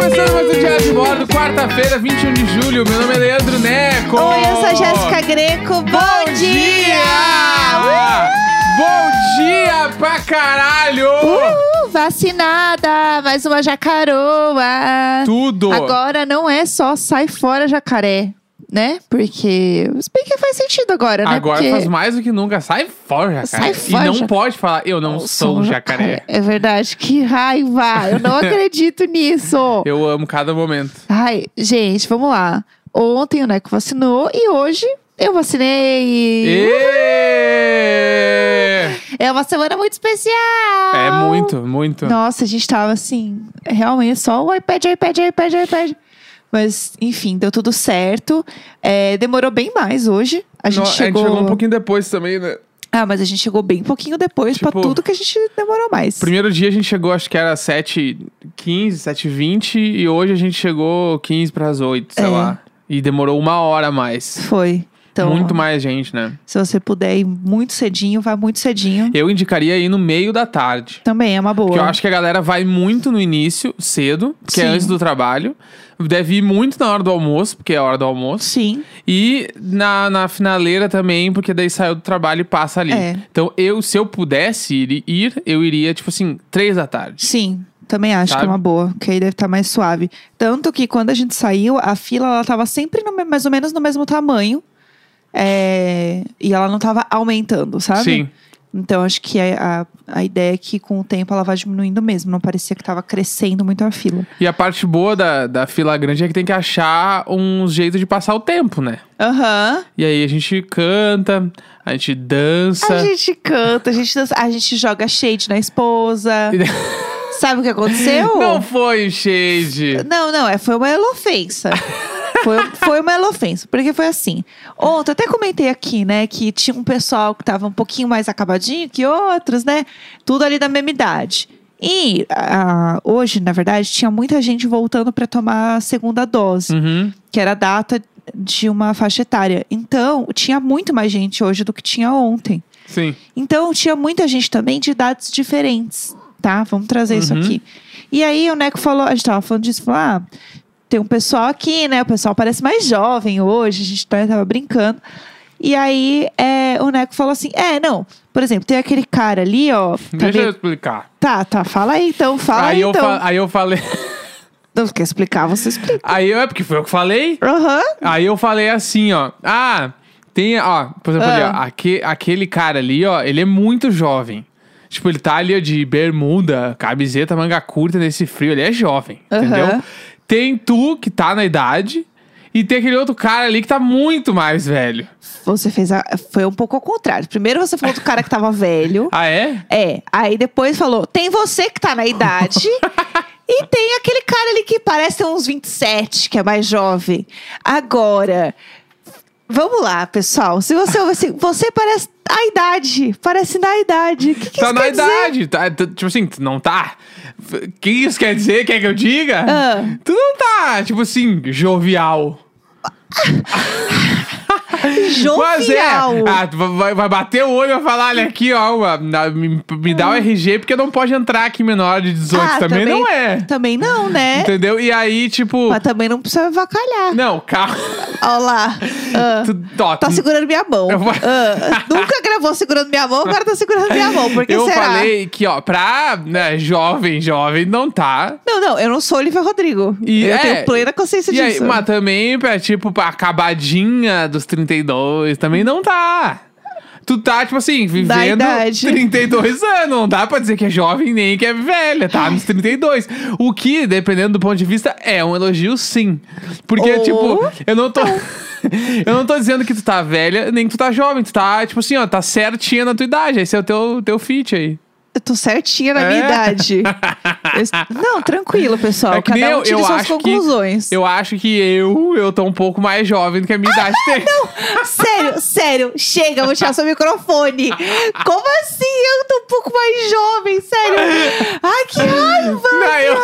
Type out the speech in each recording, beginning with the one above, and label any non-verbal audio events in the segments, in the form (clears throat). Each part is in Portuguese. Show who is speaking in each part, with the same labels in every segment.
Speaker 1: um Segunda-feira, 21 de julho. Meu nome é Leandro Neco.
Speaker 2: Oi, eu sou a Jéssica Greco. Bom,
Speaker 1: Bom dia! Bom dia pra caralho!
Speaker 2: Uhul, vacinada! Mais uma jacaroa!
Speaker 1: Tudo!
Speaker 2: Agora não é só sai fora jacaré, né? Porque. Se bem que faz sentido agora, né?
Speaker 1: Agora
Speaker 2: Porque
Speaker 1: faz mais do que nunca. Sai fora, jacaré.
Speaker 2: Sai
Speaker 1: e
Speaker 2: fora,
Speaker 1: não
Speaker 2: jacaré.
Speaker 1: pode falar, eu não
Speaker 2: eu
Speaker 1: sou um jacaré.
Speaker 2: É verdade, que raiva! Eu (laughs) não acredito nisso!
Speaker 1: Eu amo cada momento.
Speaker 2: Ai, gente, vamos lá. Ontem o Neco vacinou e hoje eu vacinei.
Speaker 1: Ê!
Speaker 2: É uma semana muito especial.
Speaker 1: É muito, muito.
Speaker 2: Nossa, a gente tava assim, realmente só o iPad, iPad, iPad, iPad. Mas, enfim, deu tudo certo. É, demorou bem mais hoje. A gente,
Speaker 1: No-
Speaker 2: chegou...
Speaker 1: um pouquinho depois também, né?
Speaker 2: Ah, mas a gente chegou bem pouquinho depois pra
Speaker 1: Tipo,
Speaker 2: tudo que a gente demorou mais.
Speaker 1: Primeiro dia a gente chegou, acho que era 7h15, 7h20, e hoje a gente chegou 15 para as 8, sei
Speaker 2: É.
Speaker 1: lá. E demorou uma hora a mais.
Speaker 2: Foi. Então,
Speaker 1: Muito mais gente, né?
Speaker 2: se você puder ir muito cedinho, vá muito cedinho.
Speaker 1: Eu indicaria ir no meio da tarde.
Speaker 2: Também é uma boa.
Speaker 1: Porque eu acho que a galera vai muito no início, cedo, que é
Speaker 2: Sim.
Speaker 1: antes do trabalho. Deve ir muito na hora do almoço, porque é a hora do almoço.
Speaker 2: Sim.
Speaker 1: E na, na finaleira também, porque daí saiu do trabalho e passa ali.
Speaker 2: É.
Speaker 1: Então, eu, se eu pudesse ir, ir, eu iria, tipo assim, três da tarde.
Speaker 2: Sim, também acho
Speaker 1: Sabe?
Speaker 2: que é uma boa, que aí deve estar mais suave. Tanto que quando a gente saiu, a fila ela tava sempre no me- mais ou menos no mesmo tamanho. é, e ela não tava aumentando, sabe?
Speaker 1: Sim.
Speaker 2: Então acho que a, a, a ideia é que com o tempo ela vai diminuindo mesmo. Não parecia que tava crescendo muito a fila.
Speaker 1: E a parte boa da, da fila grande é que tem que achar uns jeitos de passar o tempo, né?
Speaker 2: Aham.
Speaker 1: E aí a gente canta, a gente dança.
Speaker 2: A gente canta, a gente dança, a gente joga shade na esposa. sabe o que
Speaker 1: (laughs)
Speaker 2: aconteceu?
Speaker 1: Não foi, Shade.
Speaker 2: Não, não, é, foi uma elofensa. foi, foi uma elofensa, porque foi assim. Ontem, eu até comentei aqui, né, que tinha um pessoal que tava um pouquinho mais acabadinho que outros, né? Tudo ali da mesma idade. E ah, hoje, na verdade, tinha muita gente voltando para tomar a segunda dose,
Speaker 1: Uhum.
Speaker 2: que era a data de uma faixa etária. Então, tinha muito mais gente hoje do que tinha ontem.
Speaker 1: Sim.
Speaker 2: Então, tinha muita gente também de idades diferentes, tá? Vamos trazer isso
Speaker 1: Uhum.
Speaker 2: aqui. E aí, o Neco falou, a gente tava falando disso, falou, ah, tem um pessoal aqui, né? O pessoal parece mais jovem hoje, a gente tá- tava brincando. E aí, é, o Neco falou assim, é, não, por exemplo, tem aquele cara ali, ó. tá
Speaker 1: Deixa eu
Speaker 2: meio-
Speaker 1: explicar.
Speaker 2: Tá, tá, fala aí então, fala aí,
Speaker 1: aí, eu
Speaker 2: então.
Speaker 1: fa- aí eu falei. (laughs)
Speaker 2: Não quer explicar, você explica.
Speaker 1: Aí eu, é porque foi eu que falei.
Speaker 2: Aham,
Speaker 1: Aí eu falei assim, ó. Ah, tem, ó, por exemplo, ali, ó,
Speaker 2: Ah.
Speaker 1: aque- aquele cara ali, ó, ele é muito jovem. Tipo, ele tá ali ó, de bermuda, camiseta, manga curta nesse frio, ele é jovem,
Speaker 2: Aham.
Speaker 1: entendeu? Tem tu que tá na idade e tem aquele outro cara ali que tá muito mais velho.
Speaker 2: você fez a... Foi um pouco ao contrário. Primeiro você falou do cara que tava velho.
Speaker 1: Ah, é?
Speaker 2: É, aí depois falou: tem você que tá na
Speaker 1: (laughs)
Speaker 2: idade. E tem aquele cara ali que parece ter uns 27, que é mais jovem. Agora, vamos lá, pessoal. Se você assim, você parece a idade, parece na idade. O que, que
Speaker 1: tá
Speaker 2: isso
Speaker 1: na
Speaker 2: quer dizer?
Speaker 1: idade, tá, tá- tipo assim, tu não tá. F- Que isso quer dizer? Quer que eu diga?
Speaker 2: Ah.
Speaker 1: Tu não tá, tipo assim, jovial. Mas é,
Speaker 2: Jovial.
Speaker 1: ah, tu vai, vai bater o olho e vai falar, olha aqui, ó, uma- na- me, me dá o RG, porque não pode entrar aqui menor de 18.
Speaker 2: Hum. Ah,
Speaker 1: também, não é.
Speaker 2: Também não, né?
Speaker 1: Entendeu? E aí, tipo.
Speaker 2: Mas também não precisa avacalhar.
Speaker 1: Não, calma.
Speaker 2: Olha lá. Ah,
Speaker 1: (laughs) Tu- ó,
Speaker 2: tá
Speaker 1: tu-
Speaker 2: segurando minha mão.
Speaker 1: Eu vou-
Speaker 2: Ah, nunca gravou segurando minha mão, agora tá segurando minha mão. Por que
Speaker 1: eu
Speaker 2: será?
Speaker 1: falei que, ó, pra né, jovem, jovem, não tá.
Speaker 2: Não, não, eu não sou Olivia Rodrigo.
Speaker 1: E
Speaker 2: eu
Speaker 1: é,
Speaker 2: tenho plena consciência
Speaker 1: E aí,
Speaker 2: disso.
Speaker 1: mas também, pra, tipo, pra acabadinha dos 32, também não tá. Tu tá, tipo assim, vivendo
Speaker 2: idade. (laughs)
Speaker 1: 32 anos. Não dá pra dizer que é jovem nem que é velha. Tá nos 32. O que, dependendo do ponto de vista, é um elogio, sim. Porque,
Speaker 2: Ou
Speaker 1: tipo, eu não tô. (laughs) eu não tô dizendo que tu tá velha, nem que tu tá jovem. Tu tá, tipo assim, ó, tá certinha na tua idade. Esse é o teu, teu fit aí.
Speaker 2: Eu tô certinha na
Speaker 1: É.
Speaker 2: minha
Speaker 1: (laughs)
Speaker 2: idade. Eu- Não, tranquilo, pessoal.
Speaker 1: É que
Speaker 2: Cada
Speaker 1: nem
Speaker 2: um
Speaker 1: eu-
Speaker 2: tira
Speaker 1: eu
Speaker 2: suas
Speaker 1: acho que-
Speaker 2: conclusões.
Speaker 1: Eu acho que eu, eu tô um pouco mais jovem do que a minha
Speaker 2: Ah,
Speaker 1: idade tem. (laughs)
Speaker 2: Sério, sério. Chega, eu vou tirar seu microfone. Como assim? Eu tô um pouco mais jovem, sério. Ai, que raiva.
Speaker 1: Não, eu-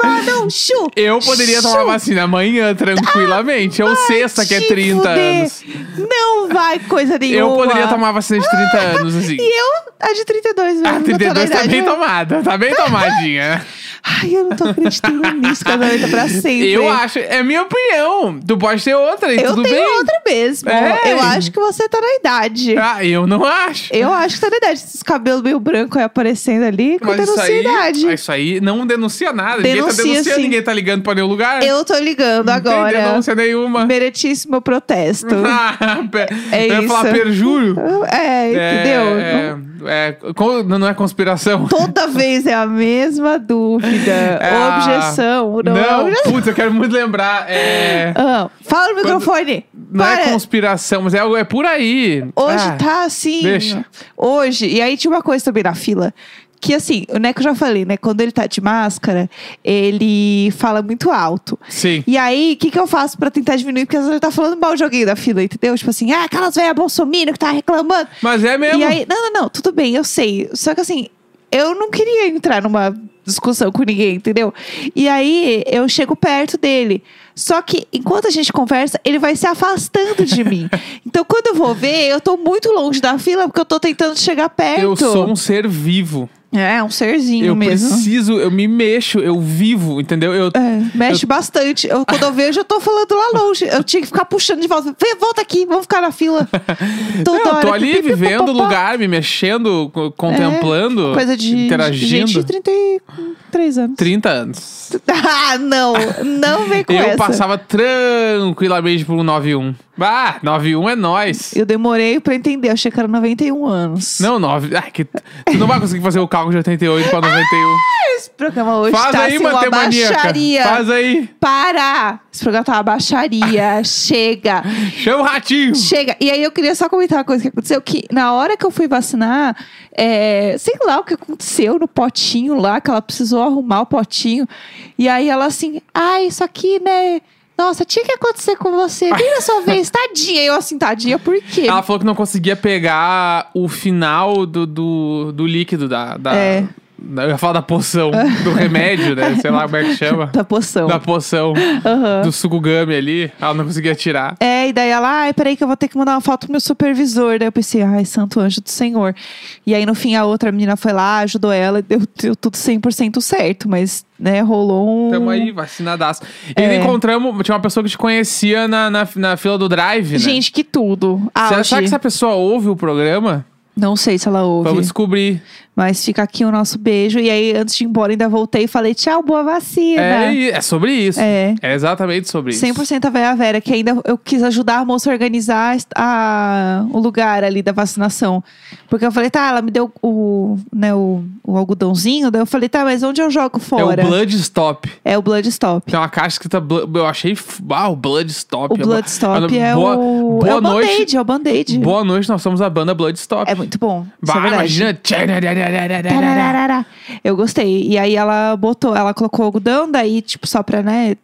Speaker 2: Raiva. Não, chu.
Speaker 1: Eu poderia
Speaker 2: chu.
Speaker 1: tomar vacina amanhã, tranquilamente. Ou sexta, que é
Speaker 2: Te
Speaker 1: 30
Speaker 2: fuder.
Speaker 1: anos.
Speaker 2: Não vai coisa nenhuma.
Speaker 1: Eu poderia tomar vacina de 30 anos, assim.
Speaker 2: E eu, a de 32 mesmo.
Speaker 1: Ah,
Speaker 2: não tô na
Speaker 1: 32 tá
Speaker 2: idade. né?
Speaker 1: bem tomada, tá bem tomadinha.
Speaker 2: Ai, eu não tô
Speaker 1: (laughs)
Speaker 2: acreditando nisso, casamento pra sempre.
Speaker 1: Eu acho, é minha opinião. Tu pode ter outra e
Speaker 2: Eu
Speaker 1: tudo
Speaker 2: tenho
Speaker 1: bem.
Speaker 2: outra mesmo.
Speaker 1: É.
Speaker 2: Eu acho que você tá na idade.
Speaker 1: Ah, eu não acho.
Speaker 2: Eu acho que tá na idade. Esses cabelos meio branco aí aparecendo ali, com
Speaker 1: Mas isso
Speaker 2: denuncia a
Speaker 1: aí,
Speaker 2: idade.
Speaker 1: ah, isso aí não denuncia nada. ninguém tá
Speaker 2: Denuncia,
Speaker 1: denunciando,
Speaker 2: sim.
Speaker 1: ninguém tá ligando pra nenhum lugar.
Speaker 2: Eu tô ligando
Speaker 1: Não tem
Speaker 2: agora.
Speaker 1: denúncia nenhuma.
Speaker 2: Meritíssimo protesto.
Speaker 1: (laughs) Ah, pe-
Speaker 2: É
Speaker 1: eu ia falar
Speaker 2: isso.
Speaker 1: perjúrio.
Speaker 2: é, entendeu?
Speaker 1: É, é, con- não é conspiração.
Speaker 2: Toda vez é a mesma dúvida.
Speaker 1: Ah,
Speaker 2: objeção. Não, é
Speaker 1: Não,
Speaker 2: objeção.
Speaker 1: putz, eu quero muito lembrar. É,
Speaker 2: Ah, fala no microfone.
Speaker 1: não
Speaker 2: Para.
Speaker 1: é conspiração, mas é, algo- é por aí.
Speaker 2: Hoje
Speaker 1: Ah,
Speaker 2: tá assim.
Speaker 1: deixa.
Speaker 2: Hoje. E aí tinha uma coisa também na fila. Que assim, o Neco eu já falei, né? Quando ele tá de máscara, ele fala muito alto.
Speaker 1: Sim.
Speaker 2: E aí, o que, que eu faço pra tentar diminuir? Porque às vezes ele tá falando mal de alguém da fila, entendeu? Tipo assim, ah, aquelas velhas bolsominion que tá reclamando.
Speaker 1: Mas é mesmo.
Speaker 2: E aí, não, não, não, tudo bem, eu sei. Só que assim, eu não queria entrar numa discussão com ninguém, entendeu? E aí eu chego perto dele. Só que enquanto a gente conversa, ele vai se afastando
Speaker 1: (laughs)
Speaker 2: de mim. Então quando eu vou ver, eu tô muito longe da fila porque eu tô tentando chegar perto.
Speaker 1: eu sou um ser vivo.
Speaker 2: É, um serzinho
Speaker 1: Eu
Speaker 2: mesmo.
Speaker 1: preciso, eu me mexo, eu vivo, entendeu? Eu,
Speaker 2: É, mexe bastante. Eu, quando eu vejo, eu tô falando lá longe. Eu tinha que ficar puxando de volta. Vem, volta aqui, vamos ficar na
Speaker 1: (laughs)
Speaker 2: fila. Toda
Speaker 1: Não, eu
Speaker 2: hora
Speaker 1: tô
Speaker 2: que
Speaker 1: ali
Speaker 2: pi, pi, pá,
Speaker 1: vivendo
Speaker 2: pá,
Speaker 1: o
Speaker 2: pá.
Speaker 1: lugar, me mexendo, co- contemplando,
Speaker 2: É, Coisa de
Speaker 1: interagindo.
Speaker 2: gente de 33 anos.
Speaker 1: 30 anos.
Speaker 2: (laughs) Ah, não. Não vem com
Speaker 1: eu
Speaker 2: essa.
Speaker 1: passava tranquilamente por um 91. Ah, 91 é nós.
Speaker 2: Eu demorei pra entender. Eu achei que era 91 anos.
Speaker 1: Não, 9. Ah, que... Tu não vai conseguir fazer o cálculo de 88 pra 91.
Speaker 2: Esse programa hoje
Speaker 1: Faz
Speaker 2: tá
Speaker 1: aí,
Speaker 2: assim, uma
Speaker 1: matemaníaca.
Speaker 2: baixaria.
Speaker 1: Faz aí.
Speaker 2: Para! Esse programa tá uma baixaria. (laughs) Chega.
Speaker 1: Chama o ratinho.
Speaker 2: Chega. E aí eu queria só comentar uma coisa que aconteceu, que na hora que eu fui vacinar, é, sei lá o que aconteceu no potinho lá, que ela precisou arrumar o potinho. E aí ela assim, ai, isso aqui, né? Nossa, tinha que acontecer com você. Vem na sua vez, tadinha. Eu assim, tadinha, por quê?
Speaker 1: Ela falou que não conseguia pegar o final do, do, do líquido da. da...
Speaker 2: É.
Speaker 1: da- Eu ia falar da poção, do
Speaker 2: (laughs)
Speaker 1: remédio, né? Sei lá como é que chama.
Speaker 2: (laughs) Da poção.
Speaker 1: Da poção,
Speaker 2: Tá Aham.
Speaker 1: do sugugami ali. Ela não conseguia tirar.
Speaker 2: É, e daí ela, ai, peraí que eu vou ter que mandar uma foto pro meu supervisor. Daí eu pensei, ai, santo anjo do senhor. E aí, no fim, a outra menina foi lá, ajudou ela, e deu, deu tudo 100% certo. Mas, né, rolou um...
Speaker 1: Tamo aí, vacinadaço. E
Speaker 2: É.
Speaker 1: encontramos, tinha uma pessoa que te conhecia na, na, na fila do drive, né?
Speaker 2: Gente, que tudo.
Speaker 1: Será,
Speaker 2: Auge.
Speaker 1: será que essa pessoa ouve o programa?
Speaker 2: Não sei se ela ouve.
Speaker 1: Vamos descobrir.
Speaker 2: Mas fica aqui o nosso beijo. E aí, antes de ir embora, ainda voltei e falei, tchau, boa
Speaker 1: É,
Speaker 2: vacina.
Speaker 1: e- é sobre isso.
Speaker 2: É.
Speaker 1: exatamente sobre isso.
Speaker 2: 100% a Véia Vera, que ainda eu quis ajudar a moça a organizar a est- a- o lugar ali da vacinação. Porque eu falei, tá, ela me deu o, né, o, o algodãozinho. Daí eu falei, tá, mas onde eu
Speaker 1: É
Speaker 2: jogo
Speaker 1: o
Speaker 2: fora?
Speaker 1: Bloodstop.
Speaker 2: É o Blood Stop.
Speaker 1: Tem uma caixa escrita. Blo- Eu achei. f- Ah, o Bloodstop.
Speaker 2: O
Speaker 1: É uma-
Speaker 2: Blood Stop é,
Speaker 1: boa,
Speaker 2: o...
Speaker 1: Boa
Speaker 2: é o
Speaker 1: noite.
Speaker 2: Band-Aid, é o Band-Aid.
Speaker 1: Boa noite, nós somos a banda Bloodstop.
Speaker 2: É muito bom. isso é
Speaker 1: Bah,
Speaker 2: verdade.
Speaker 1: imagina.
Speaker 2: Tarararara. Eu gostei. E aí ela botou, ela colocou algodão, daí, tipo, só pra, né,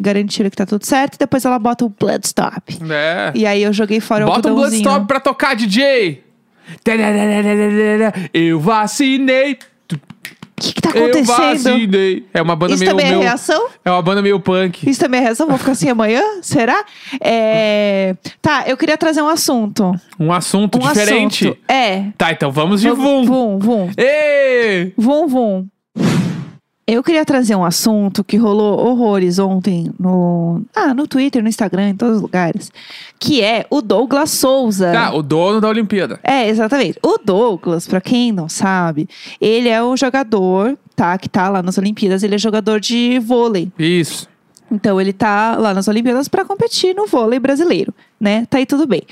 Speaker 2: garantir que tá tudo certo. E depois ela bota o Bloodstop.
Speaker 1: É.
Speaker 2: E aí eu joguei fora
Speaker 1: Bota
Speaker 2: o
Speaker 1: um
Speaker 2: algodãozinho.
Speaker 1: Bloodstop pra tocar, DJ. Eu vacinei.
Speaker 2: O que que tá
Speaker 1: Eu
Speaker 2: acontecendo?
Speaker 1: vacinei. É uma banda
Speaker 2: Isso
Speaker 1: meio.
Speaker 2: também é
Speaker 1: meio-
Speaker 2: reação?
Speaker 1: é uma banda meio punk.
Speaker 2: Isso também é reação? Vou ficar assim amanhã? Será? É... Tá, eu queria trazer um assunto.
Speaker 1: Um assunto
Speaker 2: Um
Speaker 1: diferente.
Speaker 2: assunto. É.
Speaker 1: Tá, então vamos de Vum.
Speaker 2: Vum, vum, vum.
Speaker 1: Ê!
Speaker 2: Vum, vum. Eu queria trazer um assunto que rolou horrores ontem no, ah, no Twitter, no Instagram, em todos os lugares, que é o Douglas Souza.
Speaker 1: Tá, o dono da Olimpíada.
Speaker 2: É, exatamente. O Douglas, pra quem não sabe, ele é um jogador, tá, que tá lá nas Olimpíadas, ele é jogador de vôlei.
Speaker 1: Isso.
Speaker 2: Então ele tá lá nas Olimpíadas pra competir no vôlei brasileiro, né? Tá aí tudo bem.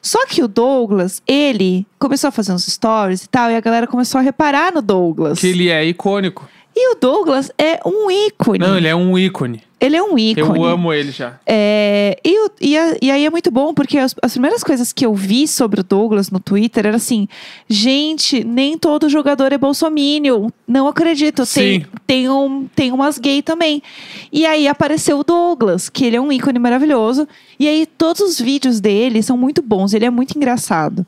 Speaker 2: Só que o Douglas, ele começou a fazer uns stories e tal, e a galera começou a reparar no Douglas.
Speaker 1: Que ele é icônico.
Speaker 2: E o Douglas é um ícone.
Speaker 1: Não, ele é um ícone.
Speaker 2: Ele é um ícone.
Speaker 1: Eu amo ele já.
Speaker 2: É, e, o- e a- e aí é muito bom, porque as, as primeiras coisas que eu vi sobre o Douglas no Twitter era assim: gente, nem todo jogador é bolsominion. Não acredito. Tem,
Speaker 1: Sim.
Speaker 2: tem, um, tem umas gay também. E aí apareceu o Douglas, que ele é um ícone maravilhoso. E aí todos os vídeos dele são muito bons, ele é muito engraçado.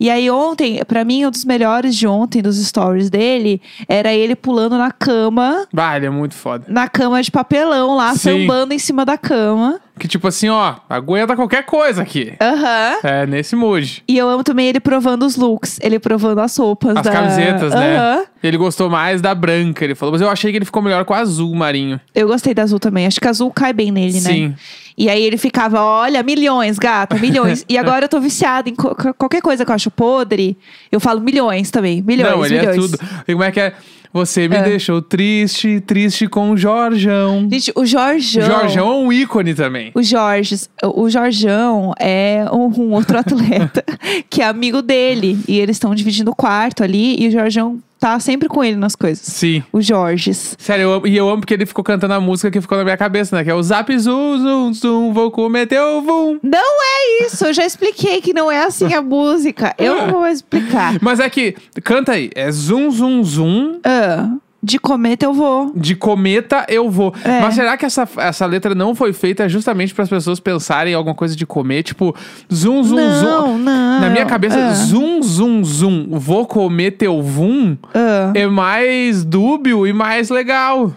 Speaker 2: E aí ontem, pra mim, um dos melhores de ontem, dos stories dele, era ele pulando na cama,
Speaker 1: Bah, ele é muito foda.
Speaker 2: na cama de papelão lá,
Speaker 1: Sim.
Speaker 2: sambando em cima da cama.
Speaker 1: Que tipo assim, ó, aguenta qualquer coisa aqui.
Speaker 2: Aham.
Speaker 1: É, nesse mood.
Speaker 2: E eu amo também ele provando os looks, ele provando as roupas.
Speaker 1: As
Speaker 2: da-
Speaker 1: camisetas,
Speaker 2: Aham.
Speaker 1: né? Ele gostou mais da branca, ele falou. Mas eu achei que ele ficou melhor com a azul marinho.
Speaker 2: Eu gostei da azul também. Acho que a azul cai bem nele, né?
Speaker 1: Sim.
Speaker 2: E aí ele ficava, olha, milhões, gata, milhões. e agora eu tô viciada em co- co- qualquer coisa que eu acho podre, eu falo milhões também. Milhões,
Speaker 1: Não, ele
Speaker 2: milhões.
Speaker 1: é tudo. E como é que é? Você me deixou triste, triste com o Jorjão.
Speaker 2: Gente, o Jorjão.
Speaker 1: O Jorjão é um ícone também.
Speaker 2: O Jorges, o Jorjão é um, um outro atleta (laughs) que é amigo dele. E eles estão dividindo o quarto ali. E o Jorjão tá sempre com ele nas coisas.
Speaker 1: Sim.
Speaker 2: O Jorges.
Speaker 1: Sério, eu amo- e eu amo porque ele ficou cantando a música que ficou na minha cabeça, né? Que é o Zap Zum Zum Zum, vou comer teu vum.
Speaker 2: Não é isso, eu já expliquei que não é assim a música. Eu
Speaker 1: Ah.
Speaker 2: não vou explicar.
Speaker 1: Mas é que, canta aí, é Zum Zum Zum,
Speaker 2: Ah, de cometa eu vou.
Speaker 1: de cometa eu vou.
Speaker 2: É.
Speaker 1: Mas será que essa, essa letra não foi feita justamente para as pessoas pensarem em alguma coisa de comer? Tipo, Zum Zum Zum.
Speaker 2: não, não.
Speaker 1: Na minha cabeça,
Speaker 2: Ah,
Speaker 1: Zum Zum Zum, vou comer teu vum.
Speaker 2: ah.
Speaker 1: É mais dúbio e mais legal.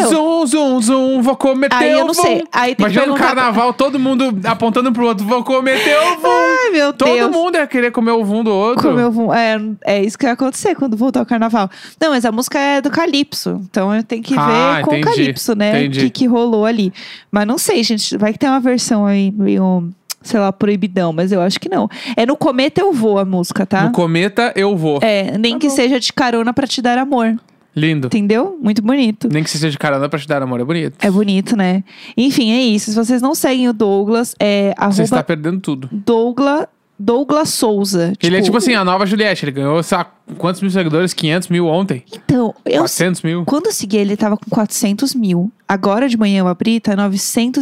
Speaker 2: Eu-
Speaker 1: Zum, zum, zum, vou comer
Speaker 2: Aí
Speaker 1: teu
Speaker 2: eu não
Speaker 1: vum.
Speaker 2: sei. Aí tem que
Speaker 1: Imagina no
Speaker 2: perguntar-
Speaker 1: carnaval, todo mundo apontando pro outro, vou comer teu vum.
Speaker 2: Ai, meu
Speaker 1: todo
Speaker 2: Deus.
Speaker 1: mundo ia querer comer o vum do outro.
Speaker 2: Como eu vou- é, é isso que vai acontecer quando voltar ao carnaval. Não, mas a música é do Calypso. Então eu tenho que ver
Speaker 1: Ah,
Speaker 2: com
Speaker 1: entendi,
Speaker 2: o Calypso, né? O
Speaker 1: entendi.
Speaker 2: que, que rolou ali. Mas não sei, gente. Vai que tem uma versão aí meio, sei lá, proibidão. Mas eu acho que não. É no Cometa Eu Vou a música, tá?
Speaker 1: No cometa, eu vou.
Speaker 2: É, nem que seja de carona pra te dar amor.
Speaker 1: Lindo.
Speaker 2: Entendeu? Muito bonito.
Speaker 1: Nem que seja de carona pra te dar amor, é bonito.
Speaker 2: um É bonito, né? Enfim, é isso. Se vocês não seguem o Douglas, é
Speaker 1: Você está
Speaker 2: arroba
Speaker 1: perdendo tudo.
Speaker 2: Douglas, Douglas Souza.
Speaker 1: ele é tipo assim, a nova Juliette. Ele ganhou, sei lá, quantos mil seguidores? 500 mil ontem.
Speaker 2: Então, eu,
Speaker 1: 400 mil.
Speaker 2: quando eu segui ele, ele tava com 400 mil. Agora de manhã eu abri, tá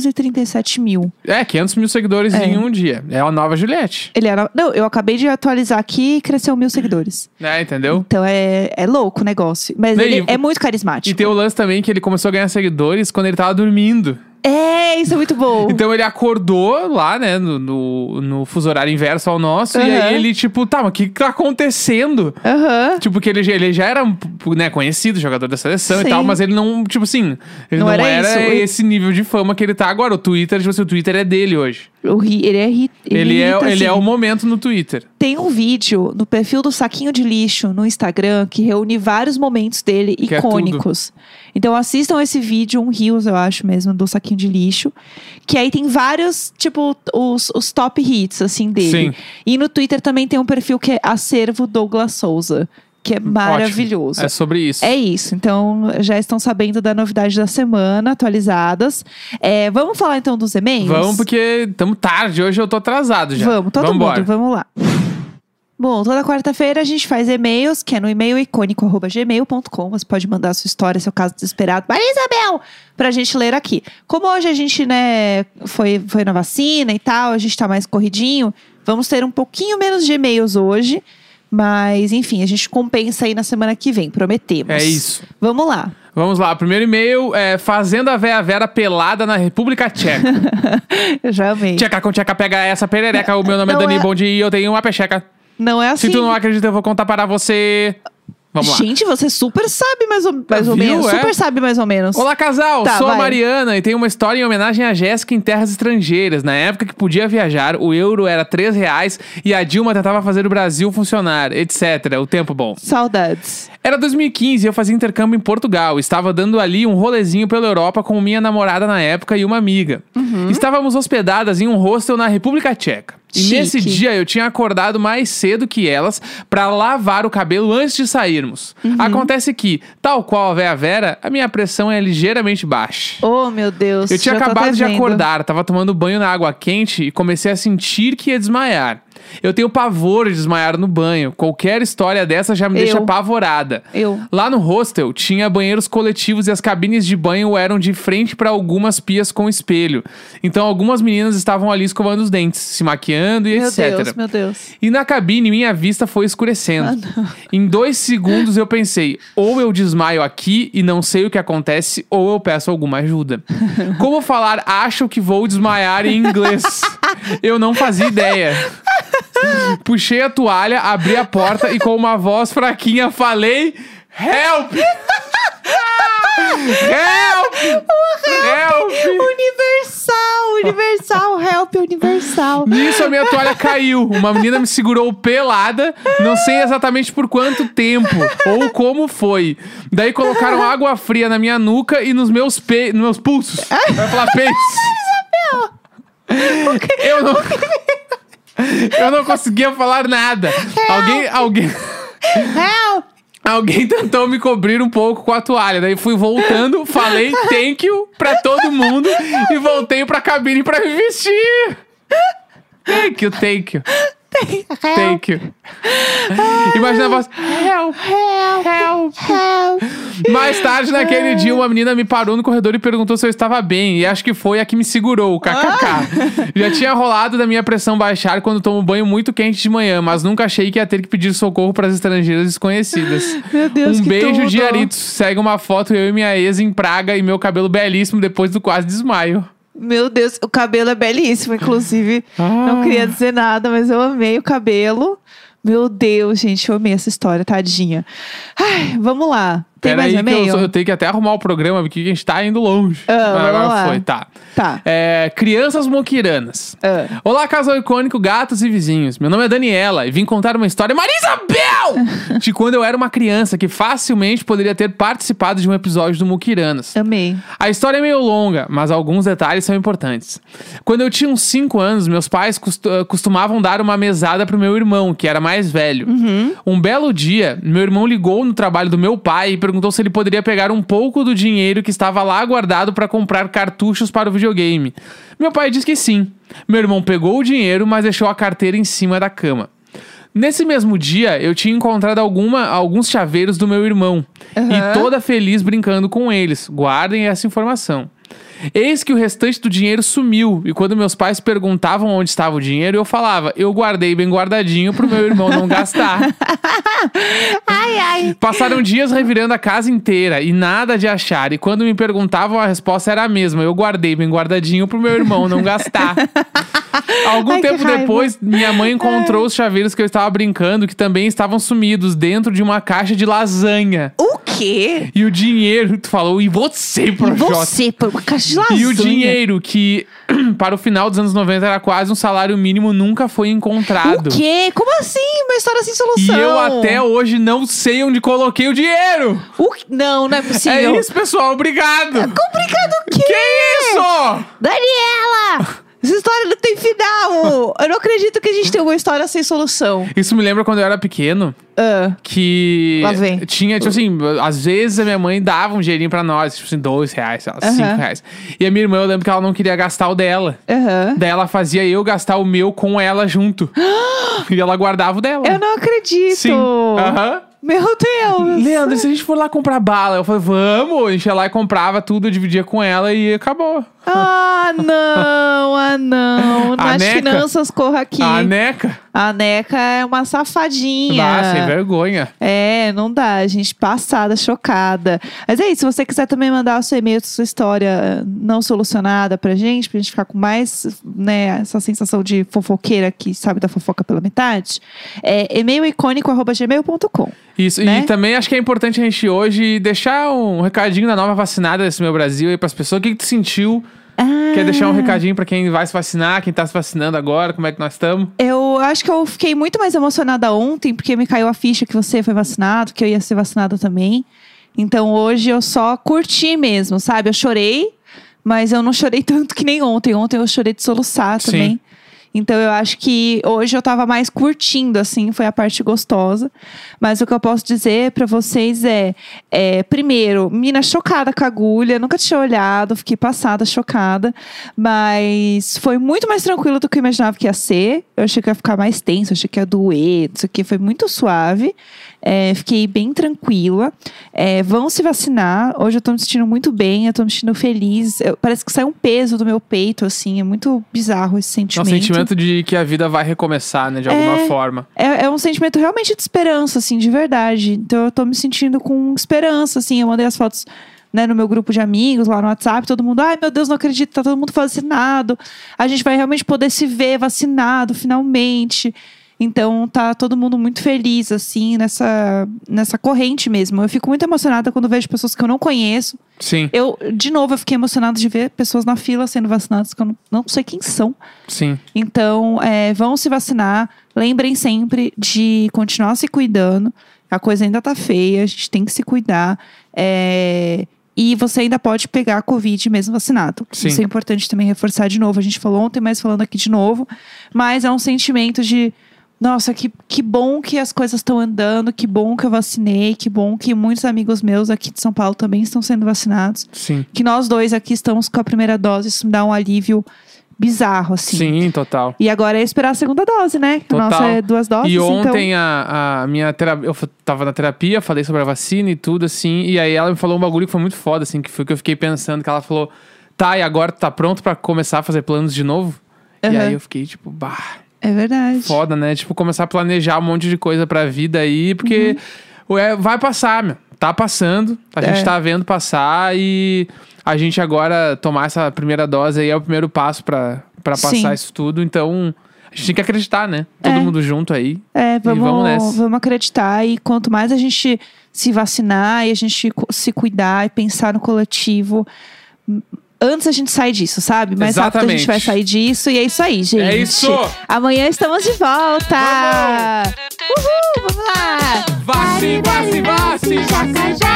Speaker 2: 937 mil.
Speaker 1: É, 500 mil seguidores em um dia. É a nova Juliette.
Speaker 2: Ele era... Não, eu acabei de atualizar aqui e cresceu mil seguidores.
Speaker 1: É, entendeu?
Speaker 2: Então é, é louco o negócio. Mas
Speaker 1: Não,
Speaker 2: ele
Speaker 1: e-
Speaker 2: é muito
Speaker 1: E
Speaker 2: carismático.
Speaker 1: tem o lance também que ele começou a ganhar seguidores quando ele tava dormindo.
Speaker 2: É, isso é muito bom.
Speaker 1: Então ele acordou lá, né, no, no, no fuso horário inverso ao nosso, e
Speaker 2: Aham.
Speaker 1: aí ele, tipo, tá, mas o que que tá acontecendo?
Speaker 2: Aham.
Speaker 1: Tipo, que ele, já- ele já era, né, conhecido, jogador da seleção
Speaker 2: Sim.
Speaker 1: e tal, mas ele não, tipo assim, ele
Speaker 2: Não
Speaker 1: não,
Speaker 2: era
Speaker 1: era,
Speaker 2: isso.
Speaker 1: esse nível de fama que ele tá agora. O Twitter, tipo assim, o Twitter é dele hoje.
Speaker 2: Eu ri- Ele é... ri-
Speaker 1: Ele, é,
Speaker 2: irrita,
Speaker 1: ele é
Speaker 2: assim.
Speaker 1: o momento no Twitter.
Speaker 2: Tem um vídeo no perfil do Saquinho de Lixo no Instagram que reúne vários momentos dele
Speaker 1: Que é
Speaker 2: icônicos. então assistam esse vídeo, um Reels, eu acho mesmo, do Saquinho de Lixo. Que aí tem vários, tipo, os, os top hits, assim, dele.
Speaker 1: Sim.
Speaker 2: E no Twitter também tem um perfil que é Acervo Douglas Souza, que é maravilhoso.
Speaker 1: É sobre isso.
Speaker 2: É isso, então já estão sabendo da novidade da semana, atualizadas. É, vamos falar então dos e-mails?
Speaker 1: Vamos, porque tamo tarde, hoje eu tô atrasado já.
Speaker 2: Vamos, todo
Speaker 1: Vambora.
Speaker 2: mundo, vamos lá. Bom, toda quarta-feira a gente faz e-mails, que é no e-mail icônico.gmail.com. Você pode mandar a sua história, seu caso desesperado. Maria Isabel! Pra gente ler aqui. Como hoje a gente, né, foi, foi na vacina e tal, a gente tá mais corridinho, vamos ter um pouquinho menos de e-mails hoje. Mas, enfim, a gente compensa aí na semana que vem, prometemos.
Speaker 1: É isso.
Speaker 2: Vamos lá. (laughs)
Speaker 1: Vamos lá, primeiro e-mail é Fazendo a Véia Vera pelada na República Tcheca.
Speaker 2: (laughs) Eu já amei.
Speaker 1: Tcheca com tcheca, pega essa perereca. O meu nome
Speaker 2: Não
Speaker 1: é Dani
Speaker 2: é-
Speaker 1: Bondi e eu tenho uma pecheca.
Speaker 2: Não é assim.
Speaker 1: Se tu não acredita, eu vou contar para você. Vamos lá.
Speaker 2: gente, você super sabe mais ou, mais ou
Speaker 1: Viu,
Speaker 2: menos.
Speaker 1: é?
Speaker 2: Super sabe mais ou menos.
Speaker 1: Olá, casal!
Speaker 2: Tá,
Speaker 1: Sou
Speaker 2: vai.
Speaker 1: a Mariana e tenho uma história em homenagem a Jéssica em terras estrangeiras. Na época que podia viajar, o euro era 3 reais e a Dilma tentava fazer o Brasil funcionar, etc. O tempo bom.
Speaker 2: Saudades.
Speaker 1: Era 2015 e eu fazia intercâmbio em Portugal. Estava dando ali um rolezinho pela Europa com minha namorada na época e uma amiga.
Speaker 2: Uhum.
Speaker 1: Estávamos hospedadas em um hostel na República Tcheca. E
Speaker 2: Chique.
Speaker 1: nesse dia eu tinha acordado mais cedo que elas para lavar o cabelo antes de sairmos.
Speaker 2: Uhum.
Speaker 1: Acontece que, tal qual a Vera Vera, a minha pressão é ligeiramente baixa.
Speaker 2: Oh, meu Deus.
Speaker 1: Eu tinha
Speaker 2: já tô até
Speaker 1: acabado de
Speaker 2: vendo.
Speaker 1: acordar, tava tomando banho na água quente e comecei a sentir que ia desmaiar. Eu tenho pavor de desmaiar no banho. Qualquer história dessa já me deixa
Speaker 2: Eu.
Speaker 1: apavorada.
Speaker 2: Eu.
Speaker 1: Lá no hostel tinha banheiros coletivos e as cabines de banho eram de frente para algumas pias com espelho. Então algumas meninas estavam ali escovando os dentes, se maquiando e
Speaker 2: Meu
Speaker 1: etc.
Speaker 2: Deus, meu Deus.
Speaker 1: E na cabine, minha vista foi escurecendo. em dois segundos eu pensei: ou eu desmaio aqui e não sei o que acontece, ou eu peço alguma ajuda. Como falar acho que vou desmaiar em inglês? eu não fazia ideia. Puxei a toalha, abri a porta e com uma voz fraquinha falei: Help! Ah, Help! Help!
Speaker 2: Universal, universal, help, universal.
Speaker 1: Nisso a minha toalha caiu. Uma menina me segurou pelada, não sei exatamente por quanto tempo ou como foi. Daí colocaram água fria na minha nuca e nos meus, pe... nos meus pulsos. Eu ia falar peitos. Eu não... Eu não conseguia falar nada. Alguém, alguém,
Speaker 2: Help!
Speaker 1: alguém tentou me cobrir um pouco com a toalha. Daí fui voltando, falei thank you pra todo mundo e voltei pra cabine pra me vestir. Thank you, thank you.
Speaker 2: Help! (laughs)
Speaker 1: Thank you. Imagina a voz. Help,
Speaker 2: Help!
Speaker 1: help.
Speaker 2: Help!
Speaker 1: Mais tarde naquele dia, uma menina me parou no corredor e perguntou se eu estava bem. E acho que foi a que me segurou,
Speaker 2: Ah.
Speaker 1: kkk. (laughs) Já tinha rolado da minha pressão baixar quando tomo banho muito quente de manhã, mas nunca achei que ia ter que pedir socorro para as estrangeiras desconhecidas.
Speaker 2: (laughs) Meu Deus,
Speaker 1: um
Speaker 2: que
Speaker 1: beijo,
Speaker 2: tudo.
Speaker 1: Diaritos. Segue uma foto eu e minha ex em Praga e meu cabelo belíssimo depois do quase desmaio.
Speaker 2: Meu Deus, o cabelo é belíssimo, inclusive. Não
Speaker 1: Ah.
Speaker 2: queria dizer nada, mas eu amei o cabelo. Meu Deus, gente, eu amei essa história, tadinha. Ai, vamos lá. Tem
Speaker 1: Pera
Speaker 2: mais
Speaker 1: aí
Speaker 2: um
Speaker 1: que eu,
Speaker 2: e-mail?
Speaker 1: sou- eu tenho que até arrumar o programa, porque a gente tá indo longe.
Speaker 2: Ah,
Speaker 1: Mas
Speaker 2: vamos
Speaker 1: Agora
Speaker 2: lá.
Speaker 1: foi, tá.
Speaker 2: Tá.
Speaker 1: É, crianças moquiranas.
Speaker 2: Ah.
Speaker 1: Olá, casal icônico, gatos e vizinhos. Meu nome é Daniela e vim contar uma história,
Speaker 2: (laughs)
Speaker 1: Marisabel! de quando eu era uma criança que facilmente poderia ter participado de um episódio do Muquiranas.
Speaker 2: Amei.
Speaker 1: A história é meio longa, mas alguns detalhes são importantes. Quando eu tinha uns 5 anos, meus pais costu- eh, costumavam dar uma mesada pro meu irmão, que era mais velho. Um belo dia, meu irmão ligou no trabalho do meu pai e perguntou se ele poderia pegar um pouco do dinheiro que estava lá guardado para comprar cartuchos para o videogame. Meu pai disse que sim. Meu irmão pegou o dinheiro, mas deixou a carteira em cima da cama. Nesse mesmo dia, eu tinha encontrado alguma- alguns chaveiros do meu irmão.
Speaker 2: Aham.
Speaker 1: E toda feliz brincando com eles. Guardem essa informação. Eis que o restante do dinheiro sumiu. E quando meus pais perguntavam onde estava o dinheiro, eu falava: Eu guardei bem guardadinho pro meu irmão não gastar.
Speaker 2: Ai, ai.
Speaker 1: Passaram dias revirando a casa inteira e nada de achar. E quando me perguntavam, a resposta era a mesma: Eu guardei bem guardadinho pro meu irmão não
Speaker 2: (laughs)
Speaker 1: gastar. Algum
Speaker 2: Ai, que
Speaker 1: tempo
Speaker 2: raiva. É.
Speaker 1: depois, minha mãe encontrou os chaveiros que eu estava brincando, que também estavam sumidos dentro de uma caixa de lasanha.
Speaker 2: O quê?
Speaker 1: E o dinheiro, tu falou, e você, Projota.
Speaker 2: Você, por uma caixa de
Speaker 1: E o
Speaker 2: lasanha.
Speaker 1: dinheiro que, (clears throat) para o final dos anos 90, era quase um salário mínimo, nunca foi encontrado.
Speaker 2: O quê? Como assim? Uma história sem
Speaker 1: E
Speaker 2: solução.
Speaker 1: eu até hoje não sei onde coloquei o dinheiro.
Speaker 2: O... quê? Não, não é possível.
Speaker 1: É isso, pessoal. Obrigado.
Speaker 2: É Complicado o quê?
Speaker 1: Que isso?
Speaker 2: Daniela! Essa história não tem final! Eu não acredito que a gente tenha uma história sem solução.
Speaker 1: Isso me lembra quando eu era pequeno.
Speaker 2: Ah,
Speaker 1: Que
Speaker 2: Lá vem.
Speaker 1: tinha, tipo assim, às vezes a minha mãe dava um dinheirinho pra nós, tipo assim, dois reais, sei lá,
Speaker 2: Aham.
Speaker 1: cinco reais. E a minha irmã, eu lembro que ela não queria gastar o dela.
Speaker 2: aham.
Speaker 1: Daí ela fazia eu gastar o meu com ela
Speaker 2: (gasps)
Speaker 1: junto. e ela guardava o dela.
Speaker 2: Eu não acredito!
Speaker 1: Sim. Aham.
Speaker 2: Meu Deus!
Speaker 1: Leandro, e se a gente for lá comprar bala? Eu falei, vamos. A gente ia lá e comprava tudo, eu dividia com ela e acabou.
Speaker 2: Ah, não! Ah, não!
Speaker 1: A
Speaker 2: Nas
Speaker 1: Neca.
Speaker 2: finanças, corra aqui.
Speaker 1: A Neca.
Speaker 2: A Neca é uma safadinha.
Speaker 1: Ah, sem vergonha.
Speaker 2: É, não dá, gente. Passada, chocada. Mas é isso. Se você quiser também mandar o seu e-mail, sua história eh, não solucionada pra gente, pra gente ficar com mais, né, essa sensação de fofoqueira que sabe da fofoca pela metade, é e-mail icônico.gmail.com.
Speaker 1: Isso.
Speaker 2: Né?
Speaker 1: E também acho que é importante a gente hoje deixar um recadinho da nova vacinada desse meu Brasil aí pras pessoas. O que, que tu sentiu?
Speaker 2: Ah,
Speaker 1: Quer deixar um recadinho pra quem vai se vacinar, quem tá se vacinando agora, como é que nós estamos?
Speaker 2: Eu acho que eu fiquei muito mais emocionada ontem, porque me caiu a ficha que você foi vacinado, que eu ia ser vacinada também. Então hoje eu só curti mesmo, sabe? Eu chorei, mas eu não chorei (laughs) tanto que nem ontem. Ontem eu chorei de soluçar
Speaker 1: Sim.
Speaker 2: também. Então eu acho que hoje eu tava mais curtindo, assim, foi a parte gostosa. Mas o que eu posso dizer pra vocês é, é, primeiro, mina chocada com a agulha, nunca tinha olhado, fiquei passada, chocada. Mas foi muito mais tranquilo do que eu imaginava que ia ser. Eu achei que ia ficar mais tenso, achei que ia doer, isso aqui foi muito suave. É, fiquei bem tranquila. É, vão se vacinar. Hoje eu tô me sentindo muito bem, eu tô me sentindo feliz. Eu- parece que sai um peso do meu peito, assim. É muito bizarro esse
Speaker 1: É um
Speaker 2: sentimento.
Speaker 1: sentimento de que a vida vai recomeçar, né? De alguma
Speaker 2: É.
Speaker 1: forma.
Speaker 2: É, é um sentimento realmente de esperança, assim, de verdade. Então eu tô me sentindo com esperança, assim. Eu mandei as fotos. Né, no meu grupo de amigos, lá no WhatsApp, todo mundo, ai meu Deus, não acredito, tá todo mundo vacinado. A gente vai realmente poder se ver vacinado, finalmente. Então tá todo mundo muito feliz, assim, nessa, nessa corrente mesmo. Eu fico muito emocionada quando vejo pessoas que eu não conheço.
Speaker 1: Sim,
Speaker 2: Eu, de novo, eu fiquei emocionada de ver pessoas na fila sendo vacinadas que eu não, não sei quem são.
Speaker 1: sim.
Speaker 2: Então, é, vão se vacinar. Lembrem sempre de continuar se cuidando. A coisa ainda tá feia, a gente tem que se cuidar. É, e você ainda pode pegar a Covid mesmo vacinado.
Speaker 1: Sim.
Speaker 2: Isso é importante também reforçar de novo. A gente falou ontem, mas falando aqui de novo. Mas é um sentimento de. Nossa, que, que bom que as coisas estão andando, que bom que eu vacinei, que bom que muitos amigos meus aqui de São Paulo também estão sendo vacinados
Speaker 1: Sim.
Speaker 2: que nós dois aqui estamos com a primeira dose, isso me dá um alívio bizarro, assim.
Speaker 1: Sim, total.
Speaker 2: E agora é esperar a segunda dose, né? Que
Speaker 1: Total.
Speaker 2: A nossa é duas doses.
Speaker 1: e
Speaker 2: então...
Speaker 1: ontem a, a minha terapia, eu f- tava na terapia, falei sobre a vacina e tudo, assim, e aí ela me falou um bagulho que foi muito foda, assim, que foi o que eu fiquei pensando, que ela falou, tá, e agora tu tá pronto pra começar a fazer planos de novo? E
Speaker 2: Aham.
Speaker 1: aí eu fiquei tipo, bah,
Speaker 2: É verdade.
Speaker 1: foda, né? Tipo, começar a planejar um monte de coisa pra vida aí, porque ué, vai passar, meu. Tá passando, a
Speaker 2: Uhum. É.
Speaker 1: gente tá vendo passar e a gente agora tomar essa primeira dose aí é o primeiro passo pra, pra passar
Speaker 2: Sim.
Speaker 1: isso tudo, então a gente tem que acreditar, né? Todo
Speaker 2: É.
Speaker 1: mundo junto aí.
Speaker 2: É, vamos,
Speaker 1: vamos nessa.
Speaker 2: vamos acreditar. E quanto mais a gente se vacinar e a gente cu- se cuidar e pensar no coletivo. m- Antes a gente sai disso, sabe? Mais rápido a
Speaker 1: Exatamente.
Speaker 2: gente vai sair disso. E é isso aí, gente.
Speaker 1: É isso!
Speaker 2: Amanhã estamos de volta!
Speaker 1: Vamos!
Speaker 2: Uhul, vamos lá!
Speaker 1: Vaci, vaci, vaci, vaci.
Speaker 3: Jacaré.